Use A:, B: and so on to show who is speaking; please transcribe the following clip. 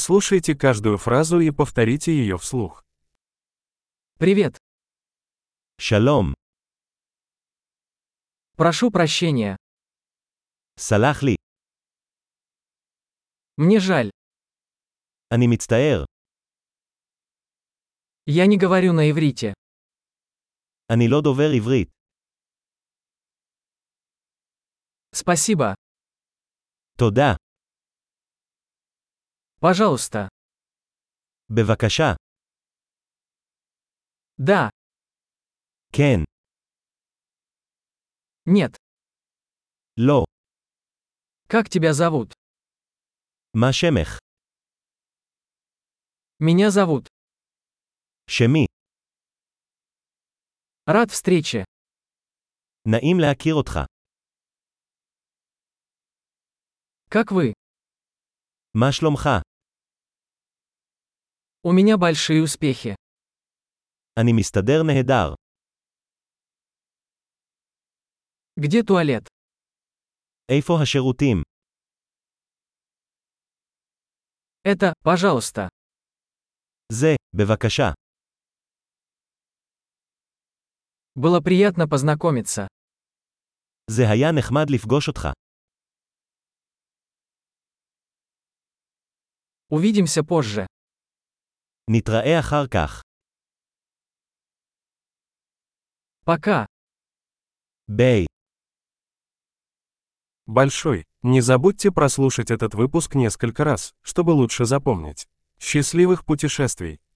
A: Прослушайте каждую фразу и повторите ее вслух.
B: Привет.
C: שלום,
B: Прошу прощения.
C: סלח לי,
B: Мне жаль.
C: אני מצטער,
B: Я не говорю на иврите.
C: אני לא דובר עברית,
B: Спасибо.
C: תודה,
B: Пожалуйста.
C: בבקשה,
B: Да.
C: כן,
B: Нет.
C: לא,
B: Как тебя зовут?
C: מה שמך,
B: Меня зовут.
C: שמי,
B: Рад встрече.
C: נעים להכיר אותך,
B: Как вы?
C: מה שלומך,
B: У меня большие успехи.
C: אני מסתדר נהדר,
B: Где туалет?
C: איפה השירותים,
B: Это, пожалуйста.
C: זה, בבקשה,
B: Было приятно познакомиться.
C: זה היה נחמד לפגוש אותך,
B: Увидимся позже.
C: נתראה אחר כך,
B: Пока.
C: ביי.
A: Большой. Не забудьте прослушать этот выпуск несколько раз, чтобы лучше запомнить. Счастливых путешествий!